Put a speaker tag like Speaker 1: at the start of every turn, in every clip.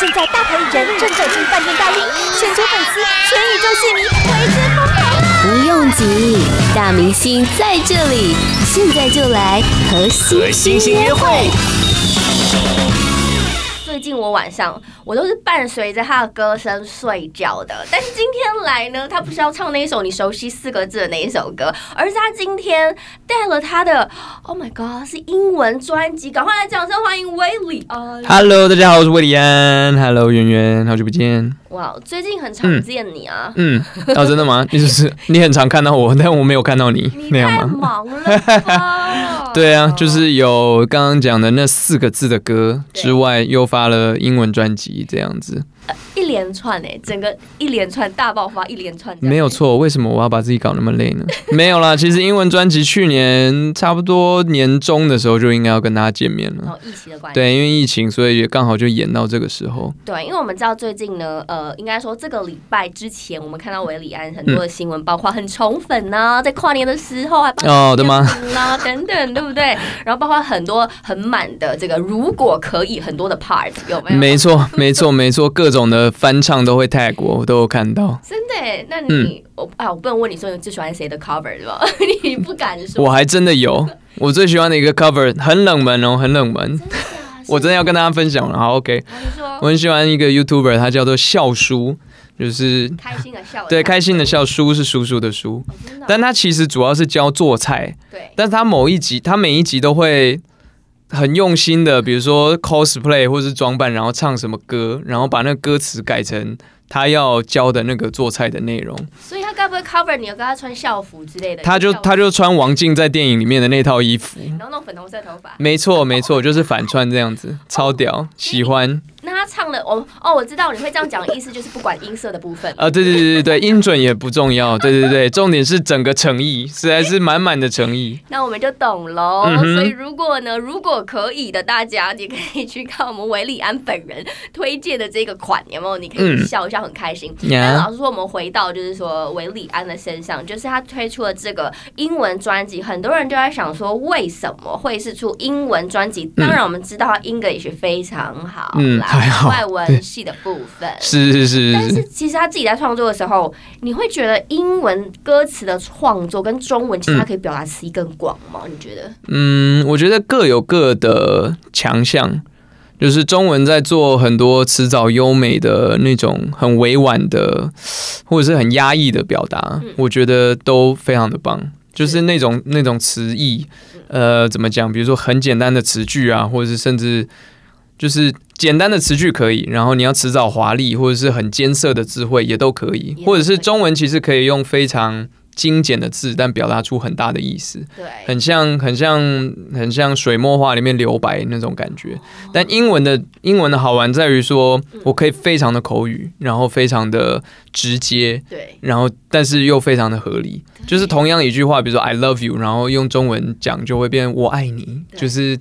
Speaker 1: 现在大牌艺人正走进饭店大厅，全球粉丝、全宇宙戏迷为之疯狂啊！
Speaker 2: 不用急，大明星在这里，现在就来和
Speaker 3: 和
Speaker 2: 星
Speaker 3: 星星约会。
Speaker 4: 最近我晚上我都是伴随着他的歌声睡觉的，但是今天来呢，他不是要唱那一首你熟悉四个字的那一首歌，而是他今天带了他的 Oh my God 是英文专辑，赶快来掌声欢迎威利
Speaker 3: 呃
Speaker 4: 安！
Speaker 3: Hello，大家好，我是魏礼安。Hello，圆圆，好久不见。
Speaker 4: 哇，最近很常见你啊，
Speaker 3: 嗯，哦，真的 吗？你就是你很常看到我，但我没有看到你
Speaker 4: 你
Speaker 3: 那样
Speaker 4: 太
Speaker 3: 吗？
Speaker 4: 忙了吧
Speaker 3: ？
Speaker 4: 哦
Speaker 3: 对啊，就是有刚刚讲的那四个字的歌
Speaker 4: 对
Speaker 3: 之外，又发了英文专辑，这样子
Speaker 4: 一连串哎、整个一连串大爆发，一连串这样
Speaker 3: 没有错。为什么我要把自己搞那么累 呢？没有啦，其实英文专辑去年差不多年中的时候就应该要跟大家见面
Speaker 4: 然
Speaker 3: 了。
Speaker 4: 后疫情的关系。
Speaker 3: 对，因为疫情，所以也刚好就演到这个时候。
Speaker 4: 对，因为我们知道最近呢，呃，应该说这个礼拜之前，我们看到韦礼安很多
Speaker 3: 嗯
Speaker 4: 的新闻，包括很宠粉呐、在跨年的时候还帮
Speaker 3: 哦，对
Speaker 4: 对
Speaker 3: 吗？
Speaker 4: 啦，等等，对不对？然后包括很多很满的这个，如果可以，很多的 part 有没有？
Speaker 3: 哦没错，没错，没错，各种的翻唱都会 tag 我，我都有看到。
Speaker 4: 真的耶，那
Speaker 3: 嗯
Speaker 4: 你、我啊，我不能问你说你最喜欢谁的 cover 对吧？ 你不敢说。
Speaker 3: 我还真的有，我最喜欢的一个 cover 很冷门哦，很冷门，
Speaker 4: 真的啊
Speaker 3: 我真的要跟大家分享了。好，OK，
Speaker 4: 然后你说
Speaker 3: 我很喜欢一个 YouTuber，他叫做笑叔，就是
Speaker 4: 开心的笑，
Speaker 3: 对开心的笑，叔是叔叔的叔，
Speaker 4: 哦，真的啊
Speaker 3: 但他其实主要是教做菜，
Speaker 4: 对，
Speaker 3: 但是他某一集，他每一集都会。很用心的，比如说 cosplay 或是装扮，然后唱什么歌，然后把那个歌词改成他要教的那个做菜的内容。
Speaker 4: 所以他该不会 cover 你有跟他穿校服之类的？
Speaker 3: 他就
Speaker 4: 校服
Speaker 3: 他就穿王静在电影里面的那套衣服，
Speaker 4: 然后弄粉红色头发，
Speaker 3: 没错没错，就是反穿这样子，超屌，喜欢
Speaker 4: 那他唱了，我哦，我知道你会这样讲，意思就是不管音色的部分。
Speaker 3: 啊！对对对对对，音准也不重要，对对对，重点是整个诚意，实在是满满的诚意。
Speaker 4: 那我们就懂喽。
Speaker 3: 嗯哼
Speaker 4: 所以如果呢，如果可以的，大家也可以去看我们维利安本人推荐的这个款，有没有？你可以
Speaker 3: 嗯
Speaker 4: 笑一笑，很开心。
Speaker 3: 呀
Speaker 4: 但老实说，我们回到就是说维利安的身上，就是他推出了这个英文专辑，很多人就在想说，为什么会是出英文专辑？当然，我们知道他英格也是非常好啦，
Speaker 3: 嗯还好
Speaker 4: 外文系的部分。
Speaker 3: 是是是
Speaker 4: 但
Speaker 3: 是
Speaker 4: 是
Speaker 3: 是，
Speaker 4: 其实他自己在创作的时候，你会觉得英文歌词的创作跟中文，其实他可以表达词义更广吗？你觉得？
Speaker 3: 嗯，我觉得各有各的强项。就是中文在做很多词藻优美的那种很委婉的，或者是很压抑的表达，我觉得都非常的棒。就是那种那种词义，呃，怎么讲？比如说很简单的词句啊，或者是甚至就是简单的词句可以，然后你要词藻华丽，或者是很艰涩的智慧也都可以
Speaker 4: 都可，以
Speaker 3: 或者是中文其实可以用非常精简的字，但表达出很大的意思。
Speaker 4: 对，
Speaker 3: 很像很像很像水墨画里面留白那种感觉。但英文的英文的好玩在于说，我可以非常的口语，然后非常的直接，
Speaker 4: 对，
Speaker 3: 然后但是又非常的合理。就是同样一句话，比如说 “I love you”，然后用中文讲就会变“我爱你”，
Speaker 4: 对
Speaker 3: 就是。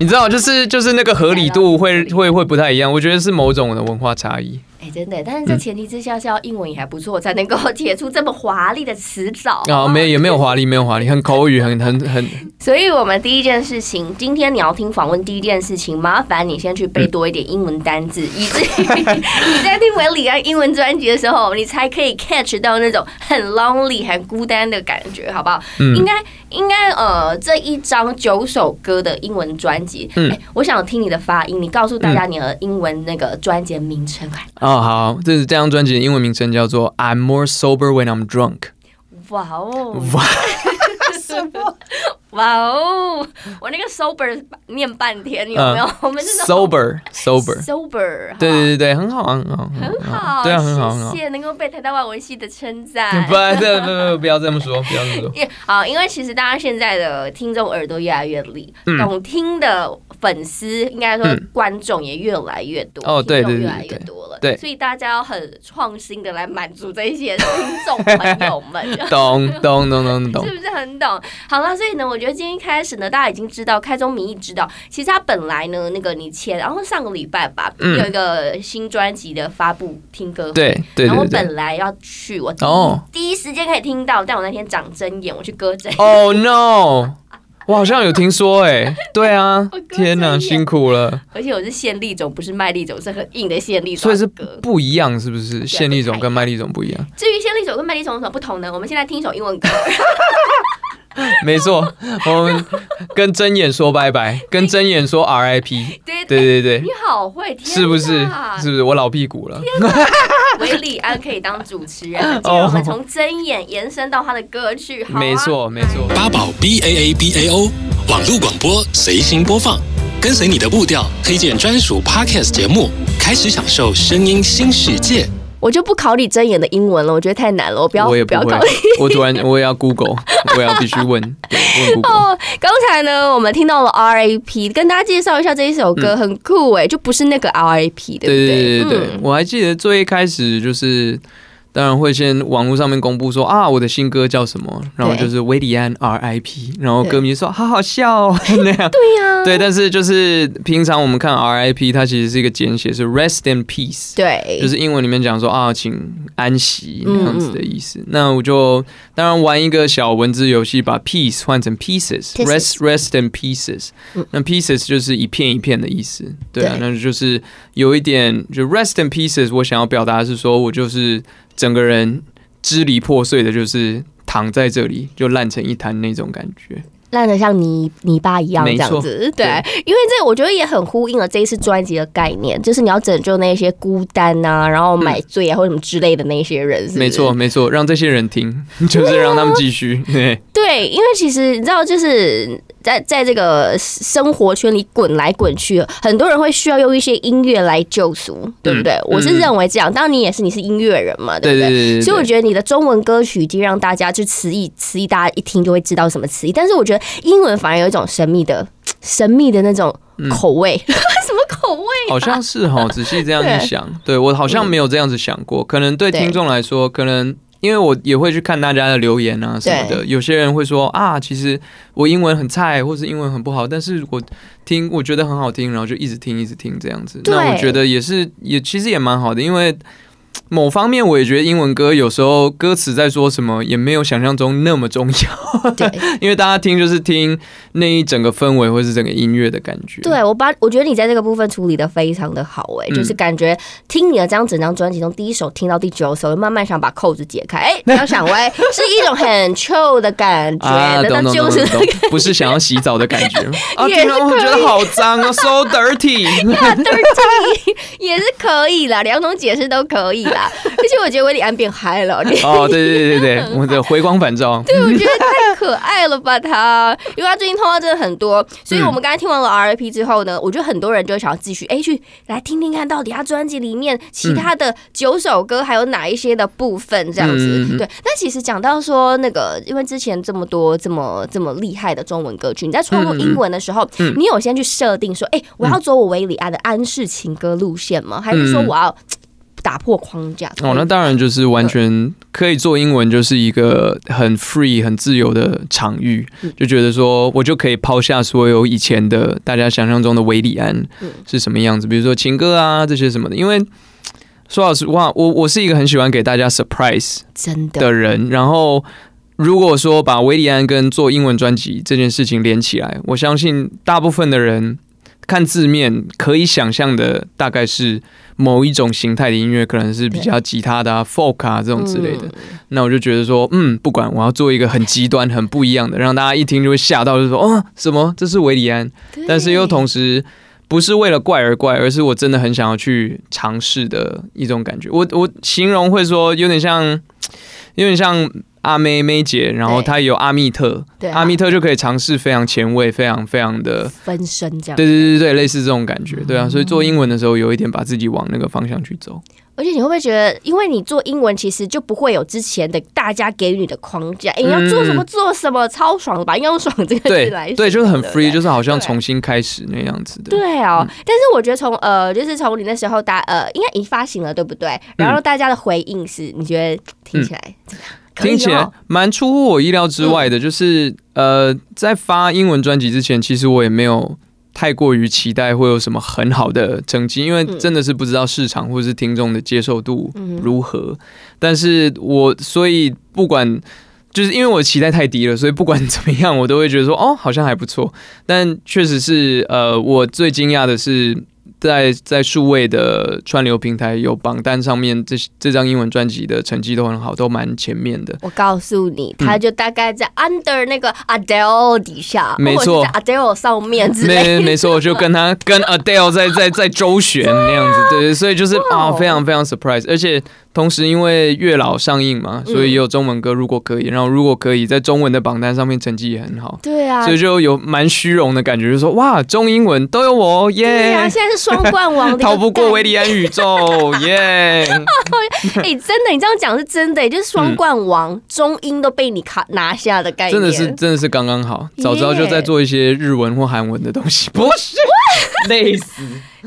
Speaker 3: 你知道，就是就是那啊个合理度会会会不太一样，我觉得是某种的文化差异。
Speaker 4: 哎、真的。但是这前提之下是要英文也还不错，才能够写出这么华丽的词藻
Speaker 3: 啊，没有也没有华丽，没有华丽，很口语，很很很
Speaker 4: 所以我们第一件事情，今天你要听访问第一件事情，麻烦你先去背多一点英文单字，以至于 你在听维里安英文专辑的时候，你才可以 catch 到那种很 lonely、很孤单的感觉，好不好？
Speaker 3: 嗯
Speaker 4: 应该应该呃，这一张九首歌的英文专辑，
Speaker 3: 嗯
Speaker 4: 哎我想听你的发音，你告诉大家你的英文那个专辑的名称，快！
Speaker 3: 哦，好，这是这张专辑的英文名称叫做《I'm More Sober When I'm Drunk》。
Speaker 4: 哇哦，
Speaker 3: 哇，
Speaker 4: 哇哦，我那个 sober 念半天，有没有？我们是
Speaker 3: sober sober，
Speaker 4: sober，
Speaker 3: 对对对对，很好，很好，
Speaker 4: 啊很好，
Speaker 3: 对啊，很好，很好
Speaker 4: 谢。谢能够被台大外文系的称赞。
Speaker 3: 不，这不不不要这么说，不要这么说。
Speaker 4: 因为啊，因为其实大家现在的听众耳朵越来越利，
Speaker 3: 嗯
Speaker 4: 懂听的粉丝应该说
Speaker 3: 嗯
Speaker 4: 观众也越来越多，
Speaker 3: 哦对
Speaker 4: 听众
Speaker 3: 对对
Speaker 4: 越来越
Speaker 3: 对
Speaker 4: 多了，
Speaker 3: 对
Speaker 4: 所以大家要很创新的来满足这些听众朋友们。
Speaker 3: 懂懂懂懂 懂
Speaker 4: 是不是很懂？好了，所以呢，我觉得今天一开始呢，大家已经知道开宗明义知道，其实他本来呢，那个你前，然后上个礼拜吧，
Speaker 3: 嗯
Speaker 4: 有一个新专辑的发布听歌会，
Speaker 3: 对对
Speaker 4: 然后我
Speaker 3: 对对。
Speaker 4: 本来要去，我第一、
Speaker 3: 哦
Speaker 4: 第一时间可以听到，但我那天长针眼，我去割针。
Speaker 3: Oh no！我好像有听说哎、对啊
Speaker 4: 我，哥
Speaker 3: 天哪，
Speaker 4: 真的
Speaker 3: 辛苦了，
Speaker 4: 而且我是县立种，不是麦粒种，是很硬的县立种。
Speaker 3: 所以是
Speaker 4: 歌
Speaker 3: 不一样，是不是？县立种跟麦粒种不一样，
Speaker 4: 至于县立种跟麦粒种有什么不同呢？我们现在听一首英文歌，
Speaker 3: 没错，我们跟睁眼说拜拜，跟睁眼说 RIP，
Speaker 4: 对对
Speaker 3: 对对对
Speaker 4: 你，好会，天
Speaker 3: 是不是
Speaker 4: 哪？
Speaker 3: 是不是我老屁股了？
Speaker 4: 维里安可以当主持 人，今天我们从睁眼延伸到他的歌曲，好啊
Speaker 3: 哦没错没错。
Speaker 5: 八宝 B A A B A O 网络广播随心播放，跟随你的步调，推荐专属 Podcast 节目，开始享受声音新世界。
Speaker 4: 我就不考你睁眼的英文了，我觉得太难了，我不要
Speaker 3: 我也
Speaker 4: 要
Speaker 3: 会
Speaker 4: 考虑。，
Speaker 3: 我突然我也要 Google，我也要必 须问，对，问 Google。
Speaker 4: 哦，刚才呢，我们听到了 RAP，跟大家介绍一下这一首歌，很酷哎，就不是那个 RAP，对不
Speaker 3: 嗯对对对对对
Speaker 4: 嗯，
Speaker 3: 我还记得最一开始就是，当然会先网络上面公布说啊，我的新歌叫什么，然后
Speaker 4: 对
Speaker 3: 就是维里安 R.I.P，然后
Speaker 4: 对
Speaker 3: 歌迷说好好笑 哦那样。
Speaker 4: 对呀，
Speaker 3: 对，但是就是平常我们看 R.I.P，它其实是一个简写，是 Rest in Peace。
Speaker 4: 对，
Speaker 3: 就是英文里面讲说啊，请安息
Speaker 4: 嗯
Speaker 3: 那样子的意思。那我就当然玩一个小文字游戏，把 piece 换成 pieces，rest rest and pieces、那 pieces 就是一片一片的意思，对啊，
Speaker 4: 嗯对
Speaker 3: 那就是有一点就 rest and pieces。我想要表达的是说我就是整个人支离破碎的，就是躺在这里就烂成一滩那种感觉。
Speaker 4: 烂得像泥泥巴一样这
Speaker 3: 没错
Speaker 4: 样子，对
Speaker 3: 对，
Speaker 4: 因为这我觉得也很呼应了这一次专辑的概念，就是你要拯救那些孤单啊，然后买醉啊、或者什么之类的那些人，是不是
Speaker 3: 没错，，没错，让这些人听， 就是让他们继续。 对，
Speaker 4: 对，因为其实你知道，就是在在这个生活圈里滚来滚去，很多人会需要用一些音乐来救赎，对不对？我是
Speaker 3: 嗯
Speaker 4: 认为这样，当然你也是，你是音乐人嘛，对不
Speaker 3: 对对对对对。
Speaker 4: 所以我觉得你的中文歌曲已经让大家就词义词义，大家一听就会知道什么词义。但是我觉得英文反而有一种神秘的神秘的那种
Speaker 3: 嗯
Speaker 4: 口 味，什么口味？
Speaker 3: 好像是 哈，仔细这样一想，对我好像没有这样子想过。
Speaker 4: 嗯
Speaker 3: 可能对
Speaker 4: 对
Speaker 3: 听众来说，可能因为我也会去看大家的留言啊什么的，有些人会说啊，其实我英文很菜，或是英文很不好，但是我听我觉得很好听，然后就一直听一直听这样子。
Speaker 4: 对
Speaker 3: 那我觉得也是，也其实也蛮好的，因为。某方面，我也觉得英文歌有时候歌词在说什么，也没有想象中那么重要，
Speaker 4: 对
Speaker 3: 因为大家听就是听那一整个氛围或是整个音乐的感觉。
Speaker 4: 对，我把我觉得你在这个部分处理的非常的好、哎、
Speaker 3: 嗯
Speaker 4: 就是感觉听你的这张整张专辑从第一首听到第九首，慢慢想把扣子解开， 哎、要想歪，是一种很 chill 的感觉，
Speaker 3: 啊，
Speaker 4: 那
Speaker 3: 懂懂
Speaker 4: 就
Speaker 3: 懂
Speaker 4: 是
Speaker 3: 懂 懂，不是想要洗澡的感觉啊！
Speaker 4: 也是
Speaker 3: 天哪，我觉得好脏 啊，so dirty。
Speaker 4: 也是可以啦，两种解释都可以啦。而且我觉得维里安变嗨了，你
Speaker 3: 哦，对对对对对，我的回光返照。
Speaker 4: 对，我觉得太可爱了吧 他，因为他最近通告真的很多，所以
Speaker 3: 嗯
Speaker 4: 我们刚才听完了 RIP 之后呢，我觉得很多人就会想要继续哎去来听听看，到底他专辑里面其
Speaker 3: 嗯
Speaker 4: 他的九首歌还有哪一些的部分这样子
Speaker 3: 嗯嗯。嗯
Speaker 4: 对，那其实讲到说那个，因为之前这么多这么这么厉害的中文歌曲，你在创作
Speaker 3: 嗯嗯嗯
Speaker 4: 英文的时候，
Speaker 3: 嗯
Speaker 4: 你有先去设定说，哎，我要走我维里安的安室情歌路线吗？还是说
Speaker 3: 嗯
Speaker 4: 我要打破框架？
Speaker 3: 哦，那当然就是完全可以做英文，就是一个很 free、很自由的场域，
Speaker 4: 嗯
Speaker 3: 就觉得说我就可以抛下所有以前的大家想象中的维里安
Speaker 4: 嗯
Speaker 3: 是什么样子，比如说情歌啊这些什么的。因为说老实话，我我是一个很喜欢给大家 surprise
Speaker 4: 真的
Speaker 3: 的人。然后，如果说把维里安跟做英文专辑这件事情连起来，我相信大部分的人看字面可以想象的大概是某一种形态的音乐，可能是比较吉他的啊、folk 啊这种之类的。那我就觉得说，嗯，不管，我要做一个很极端、很不一样的，让大家一听就会吓到，就说哦，什么？这是维里安？
Speaker 4: 嗯
Speaker 3: 但是又同时不是为了怪而怪，而是我真的很想要去尝试的一种感觉。我我形容会说有点像，有点像阿妹妹姐，然后
Speaker 4: 对
Speaker 3: 她有阿密特，
Speaker 4: 对啊
Speaker 3: 阿密特就可以尝试非常前卫、非常非常的，
Speaker 4: 分身这样。
Speaker 3: 对对对对，类似这种感觉，对
Speaker 4: 嗯
Speaker 3: 啊。所以做英文的时候有一点把自己往那个方向去走。
Speaker 4: 而且你会不会觉得，因为你做英文，其实就不会有之前的大家给予你的框架，哎、你要做什么
Speaker 3: 嗯
Speaker 4: 做什么，超爽的吧？应该用“爽”这个字
Speaker 3: 对
Speaker 4: 来
Speaker 3: 对，
Speaker 4: 形
Speaker 3: 就是
Speaker 4: 容
Speaker 3: 很
Speaker 4: 对不
Speaker 3: free，
Speaker 4: 对
Speaker 3: 就是好嗯像
Speaker 4: 对
Speaker 3: 重新开始那样子的。
Speaker 4: 对哦，但是我觉得从呃，就是从你那时候大呃，应该已经发行了，对不
Speaker 3: 嗯
Speaker 4: 对？然后大家的回应是，你觉得听起来怎么样？可以
Speaker 3: 听起来
Speaker 4: 哦
Speaker 3: 蛮出乎我意料之外的，就是呃，在发英文专辑之前，其实我也没有太过于期待会有什么很好的成绩，因为真的是不知道市场或是听众的接受度如何。但是我所以不管就是因为我期待太低了，所以不管 怎么样，我都会觉得说哦，好像还不错。但确实是，呃，我最惊讶的是在，在数位的串流平台有榜单上面，这这张英文专辑的成绩都很好，都蛮前面的。
Speaker 4: 我告诉你，
Speaker 3: 嗯
Speaker 4: 他就大概在 under 那个 Adele 底下，
Speaker 3: 没错
Speaker 4: 或者是在 Adele 上面之类
Speaker 3: 没
Speaker 4: 的。
Speaker 3: 没错，我就跟他跟 Adele 在在在周旋那样子，对对，所以就是啊、
Speaker 4: 啊哦
Speaker 3: 非常非常 surprise，而且同时因为月老上映嘛，
Speaker 4: 嗯
Speaker 3: 所以也有中文歌，如果可以，然后如果可以在中文的榜单上面成绩也很好，
Speaker 4: 对啊
Speaker 3: 所，以就有蛮虚荣的感觉，就说哇，中英文都有我哦
Speaker 4: 对啊，
Speaker 3: 耶，
Speaker 4: 现在是双冠王的一个
Speaker 3: 逃不过
Speaker 4: 概
Speaker 3: 维里安宇宙 耶，
Speaker 4: 哎、真的，你这样讲是真的、就是双冠王、中英都被你卡拿下的概念，
Speaker 3: 嗯真的是真的是刚刚好，早知道就在做一些日文或韩文的 东西，不是累死。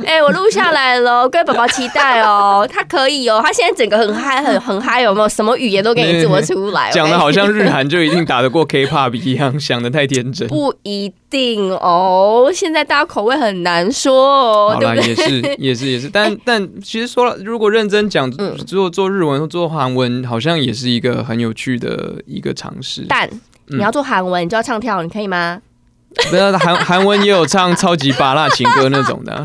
Speaker 4: 哎、我录下来了，各位宝宝期待哦，他可以哦，他现在整个很嗨，很很嗨，有没有？什么语言都给你做出来，
Speaker 3: 嗯讲的
Speaker 4: OK？
Speaker 3: 好像日韩就一定打得过 K-pop 一样，想的太天真。
Speaker 4: 不一定哦，现在大家口味很难说哦
Speaker 3: 好，
Speaker 4: 对
Speaker 3: 啦，
Speaker 4: 不对？哎
Speaker 3: 也是 也是也是，但但其实说了，如果认真讲，
Speaker 4: 嗯
Speaker 3: 做做日文或做韩文，好像也是一个很有趣的一个尝试。
Speaker 4: 但
Speaker 3: 嗯
Speaker 4: 你要做韩文，你就要唱跳，你可以吗？
Speaker 3: 不要韩韩文也有唱超级拔辣情歌那种的 啊，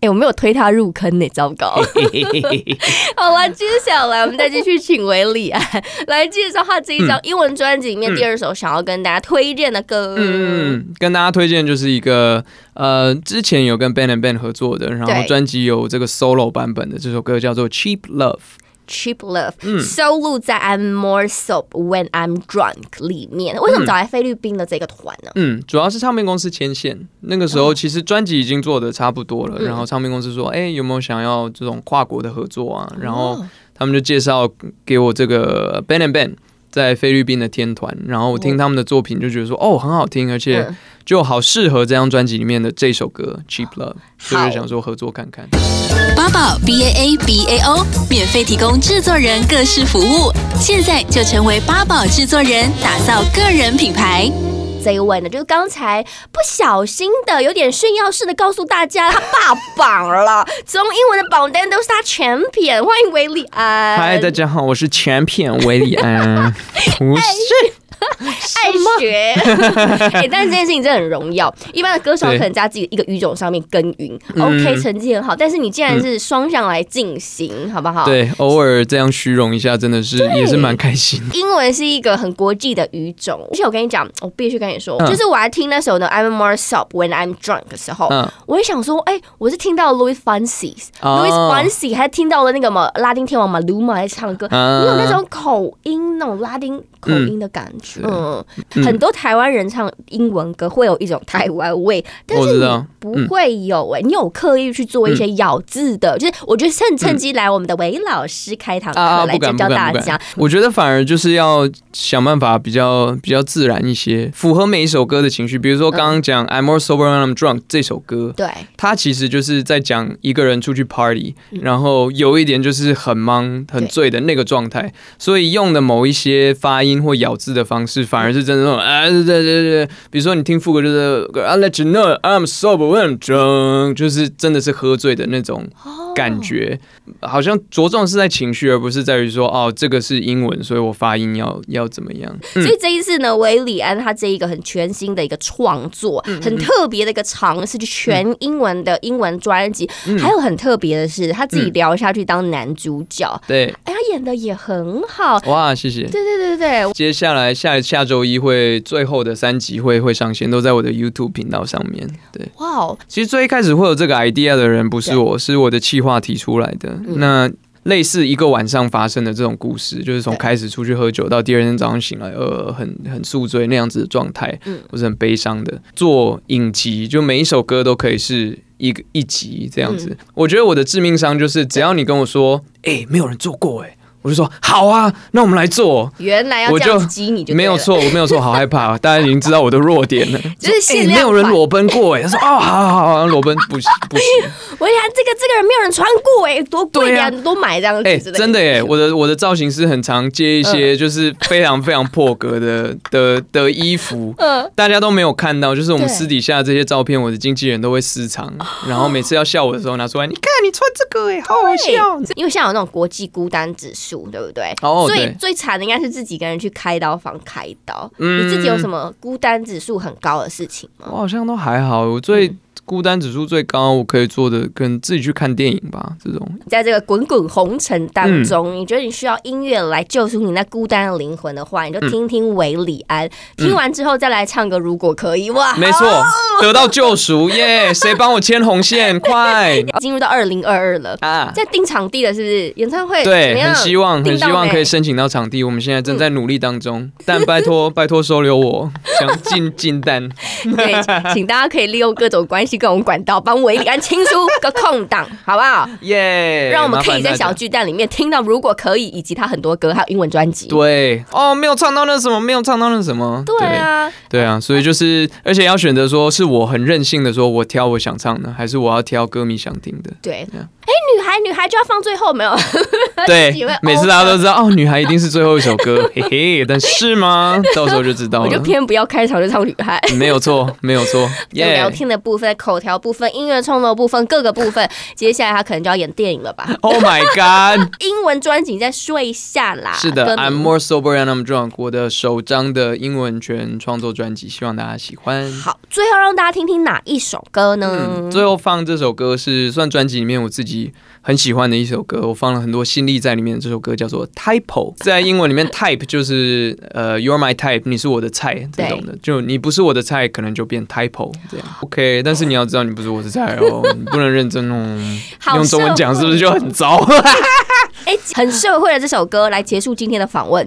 Speaker 4: 哎、我没有推他入坑呢、糟糕。 好了，接下来我们再继续请维里安来介绍他这一
Speaker 3: 嗯
Speaker 4: 张英文专辑里面第二首想要跟大家推荐的歌。嗯，
Speaker 3: 嗯，跟大家推荐就是一个呃，之前有跟 Ben and Ben 合作的，然后
Speaker 4: 对
Speaker 3: 专辑有这个 solo 版本的这首歌叫做《Cheap Love》。
Speaker 4: Cheap Love、收
Speaker 3: 嗯
Speaker 4: 录在 I'm More Soap When I'm Drunk 里面。为什么找来菲律宾的这个团呢？
Speaker 3: 嗯，主要是唱片公司牵线，那个时
Speaker 4: 哦
Speaker 3: 候其实专辑已经做的差不多了，
Speaker 4: 嗯
Speaker 3: 然后唱片公司说，哎、有没有想要这种跨国的合作啊？
Speaker 4: 哦
Speaker 3: 然后他们就介绍给我这个 Ben and Ben 在菲律宾的天团，然后我听他们的作品就觉得说，哦，很好听，而且
Speaker 4: 嗯
Speaker 3: 就好适合这张专辑里面的这首歌《Cheap Love》，所以
Speaker 4: 好
Speaker 3: 就想说合作看看。
Speaker 2: 八宝 B A A B A O 免费提供制作人各式服务，现在就成为八宝制作人，打造个人品牌。
Speaker 4: 这一位呢，就是刚才不小心的有点炫耀式的告诉大家他霸榜了，中英文的榜单都是他全篇。欢迎维里安。
Speaker 3: 嗨、大家好，我是全片维里
Speaker 4: 哎
Speaker 3: 安，不是。
Speaker 4: 爱学。哎、但是这件事情真的很荣耀。一般的歌手可能在自己一个语种上面耕耘、o k 成绩很好，但是你竟然是双向来进行，好不好？。
Speaker 3: 对，偶尔这样虚荣一下，真的是也是蛮开心的。
Speaker 4: 英文是一个很国际的语种，而且我跟你讲，我必须跟你说，
Speaker 3: 嗯
Speaker 4: 就是我在听那首呢《I'm More Sob When I'm Drunk》的时候，
Speaker 3: 嗯
Speaker 4: 我也想说，哎、我是听到 Louis Fancy、
Speaker 3: 哦
Speaker 4: Louis Fancy，还听到了那个嘛拉丁天王 Maluma 在唱歌，
Speaker 3: 嗯
Speaker 4: 你有那种口音，那种拉丁口音的感觉。嗯，很多台湾人唱英文歌会有一种台湾味，但
Speaker 3: 嗯我
Speaker 4: 是
Speaker 3: 知
Speaker 4: 你
Speaker 3: 道嗯
Speaker 4: 不会有哎、你有刻意去做一些咬字的，就是我觉得趁趁机来我们的韦老师开堂课
Speaker 3: 啊啊！
Speaker 4: 来
Speaker 3: 不
Speaker 4: 教
Speaker 3: 敢不
Speaker 4: 教大
Speaker 3: 敢不
Speaker 4: 家
Speaker 3: 敢，，我觉得反而就是要想办法比较比较自然一些，符合每一首歌的情绪。比如说刚刚讲《I'm More Sober When I'm Drunk》这首歌，
Speaker 4: 对。
Speaker 3: 它其实就是在讲一个人出去 party，然
Speaker 4: 嗯
Speaker 3: 后有一点就是很忙很醉的那个状态，所以用的某一些发音或咬字的方式，反而是真的那种啊，对对对对，比如说你听副歌就是 I let you know I'm sober when I'm drunk，就是真的是喝醉的那种
Speaker 4: 哦
Speaker 3: 感觉，好像着重是在情绪，而不是在于说哦这个是英文，所以我发音要要怎么样。嗯
Speaker 4: 所以这一次呢，韦礼安他这一个很全新的一个创作，
Speaker 3: 嗯
Speaker 4: 很特别的一个尝试，就全英文的英文专辑。
Speaker 3: 嗯
Speaker 4: 还有很特别的是，他自己聊下去当男主角，
Speaker 3: 对，
Speaker 4: 哎，他演的也很好。
Speaker 3: 哇，谢谢。
Speaker 4: 对对对对对，
Speaker 3: 接下来下下周一会最后的三集会会上线，都在我的 YouTube 频道上面。对，
Speaker 4: 哇哦，
Speaker 3: 其实最一开始会有这个 idea 的人不是我，是我的企划提出来的。那类似一个晚上发生的这种故事，就是从
Speaker 4: 对
Speaker 3: 开始出去喝酒到第二天早上醒来，呃，很很宿醉那样子的状态，或是很悲伤的。做影集，就每一首歌都可以是一个一集这样子。我觉得我的致命伤就是，只要你跟我说，哎、没有人做过、哎，我就说好啊，那我们来做。
Speaker 4: 原来要
Speaker 3: 我
Speaker 4: 这
Speaker 3: 就
Speaker 4: 样子激你就对了
Speaker 3: 没有，错，我没有错，好害怕，大家已经知道我的弱点了。
Speaker 4: 就是
Speaker 3: 哎
Speaker 4: 限
Speaker 3: 没
Speaker 4: 量
Speaker 3: 有
Speaker 4: 款。
Speaker 3: 人裸奔过哎，他说哦，好好好好，裸奔不行 不行，
Speaker 4: 我想这个这个人没有人穿过哎，多贵
Speaker 3: 对
Speaker 4: 呀，
Speaker 3: 啊
Speaker 4: 你多买这样
Speaker 3: 哎，
Speaker 4: 子之类嗯
Speaker 3: 真的哎，我的我的造型师很常接一些就是非常非常破格的的的衣服，
Speaker 4: 嗯
Speaker 3: 大家都没有看到，就是我们
Speaker 4: 对哦
Speaker 3: 私底下这些照片，我的经纪人都会私藏，然后每次要笑我的时候拿出来，你看你穿这个哎，好好笑，
Speaker 4: 因为像有那种国际孤单指数，术，对不对？
Speaker 3: 哦
Speaker 4: 最
Speaker 3: 对
Speaker 4: 最惨的应该是自己一个人去开刀房开刀。
Speaker 3: 嗯
Speaker 4: 你自己有什么孤单指数很高的事情吗？
Speaker 3: 我好像都还好，我最
Speaker 4: 嗯
Speaker 3: 孤单指数最高，我可以做的跟自己去看电影吧，这种
Speaker 4: 在这个滚滚红尘当
Speaker 3: 嗯
Speaker 4: 中，你觉得你需要音乐来救出你那孤单的灵魂的话，你就听听韦礼安，听完之后再来唱个《如果可以》哇，
Speaker 3: 嗯没错，得到救赎 耶！谁帮我牵红线？快
Speaker 4: 进入到二零二二了。
Speaker 3: 啊！
Speaker 4: 在定场地了，是不是？演唱会怎么
Speaker 3: 对，
Speaker 4: 样
Speaker 3: 很希望，很
Speaker 4: 定
Speaker 3: 希
Speaker 4: 到
Speaker 3: 望
Speaker 4: 没
Speaker 3: 可以申请到场地，我们现在正在努力当中，但拜托，拜托收留我，想进进单。
Speaker 4: 对，请大家可以利用各种关系、各种管道，帮维里安清出个空档，好不好？
Speaker 3: 耶、
Speaker 4: 让我们
Speaker 3: 麻
Speaker 4: 可以
Speaker 3: 烦大
Speaker 4: 在
Speaker 3: 家
Speaker 4: 小巨蛋里面听到，如果可以，以及他很多歌，还有英文专辑。
Speaker 3: 对哦，没有唱到那什么，没有唱到那什么，
Speaker 4: 对啊，
Speaker 3: 对，对啊，所以就是，而且要选择说是我很任性的说，我挑我想唱的，还是我要挑歌迷想听的？
Speaker 4: 对。
Speaker 3: 对啊
Speaker 4: 哎，女孩，女孩就要放最后没有？
Speaker 3: 对
Speaker 4: 自己会，
Speaker 3: 每次大家都知道哦，女孩一定是最后一首 歌，嘿嘿，但是吗？到时候就知道
Speaker 4: 我就
Speaker 3: 了，
Speaker 4: 偏不要开场就唱女孩。
Speaker 3: 没有错，没有错，
Speaker 4: 有聊
Speaker 3: 耶、
Speaker 4: 天的部分、口条部分、音乐创作部分各个部分， 接下来他可能就要演电影了 吧？
Speaker 3: o h Oh my God！
Speaker 4: 英文专辑再说一下啦。
Speaker 3: 是的
Speaker 4: 歌名
Speaker 3: ，I'm more sober and I'm drunk，我的首张的英文全创作专辑，希望大家喜欢。
Speaker 4: 好，最后让大家听听哪一首歌呢
Speaker 3: 嗯，？最后放这首歌是算专辑里面我自己很喜欢的一首歌，我放了很多心力在里面。这首歌叫做 Typo，在 英文里面 type 就是呃 You're my type，你是我的菜这种的，就你不是我的菜，可能就变 Typo 这样。OK，但是你要知道你不是我的菜哦，你不能认真哦。
Speaker 4: 好
Speaker 3: 用中文讲是不是就很糟？
Speaker 4: 哎、很社会的这首歌来结束今天的访问。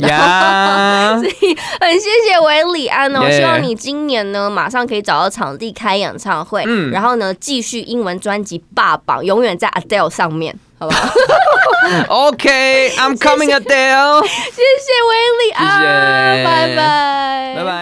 Speaker 3: 呀
Speaker 4: 所以很谢谢韦礼安哦
Speaker 3: Yeah
Speaker 4: 希望你今年呢马上可以找到场地开演唱会，
Speaker 3: 嗯
Speaker 4: 然后呢继续英文专辑霸榜，永远在 Adele 上面，好 不好？
Speaker 3: ，OK，I'm coming Adele，
Speaker 4: 谢谢韦礼安，
Speaker 3: 谢谢
Speaker 4: 拜拜，
Speaker 3: 拜。拜。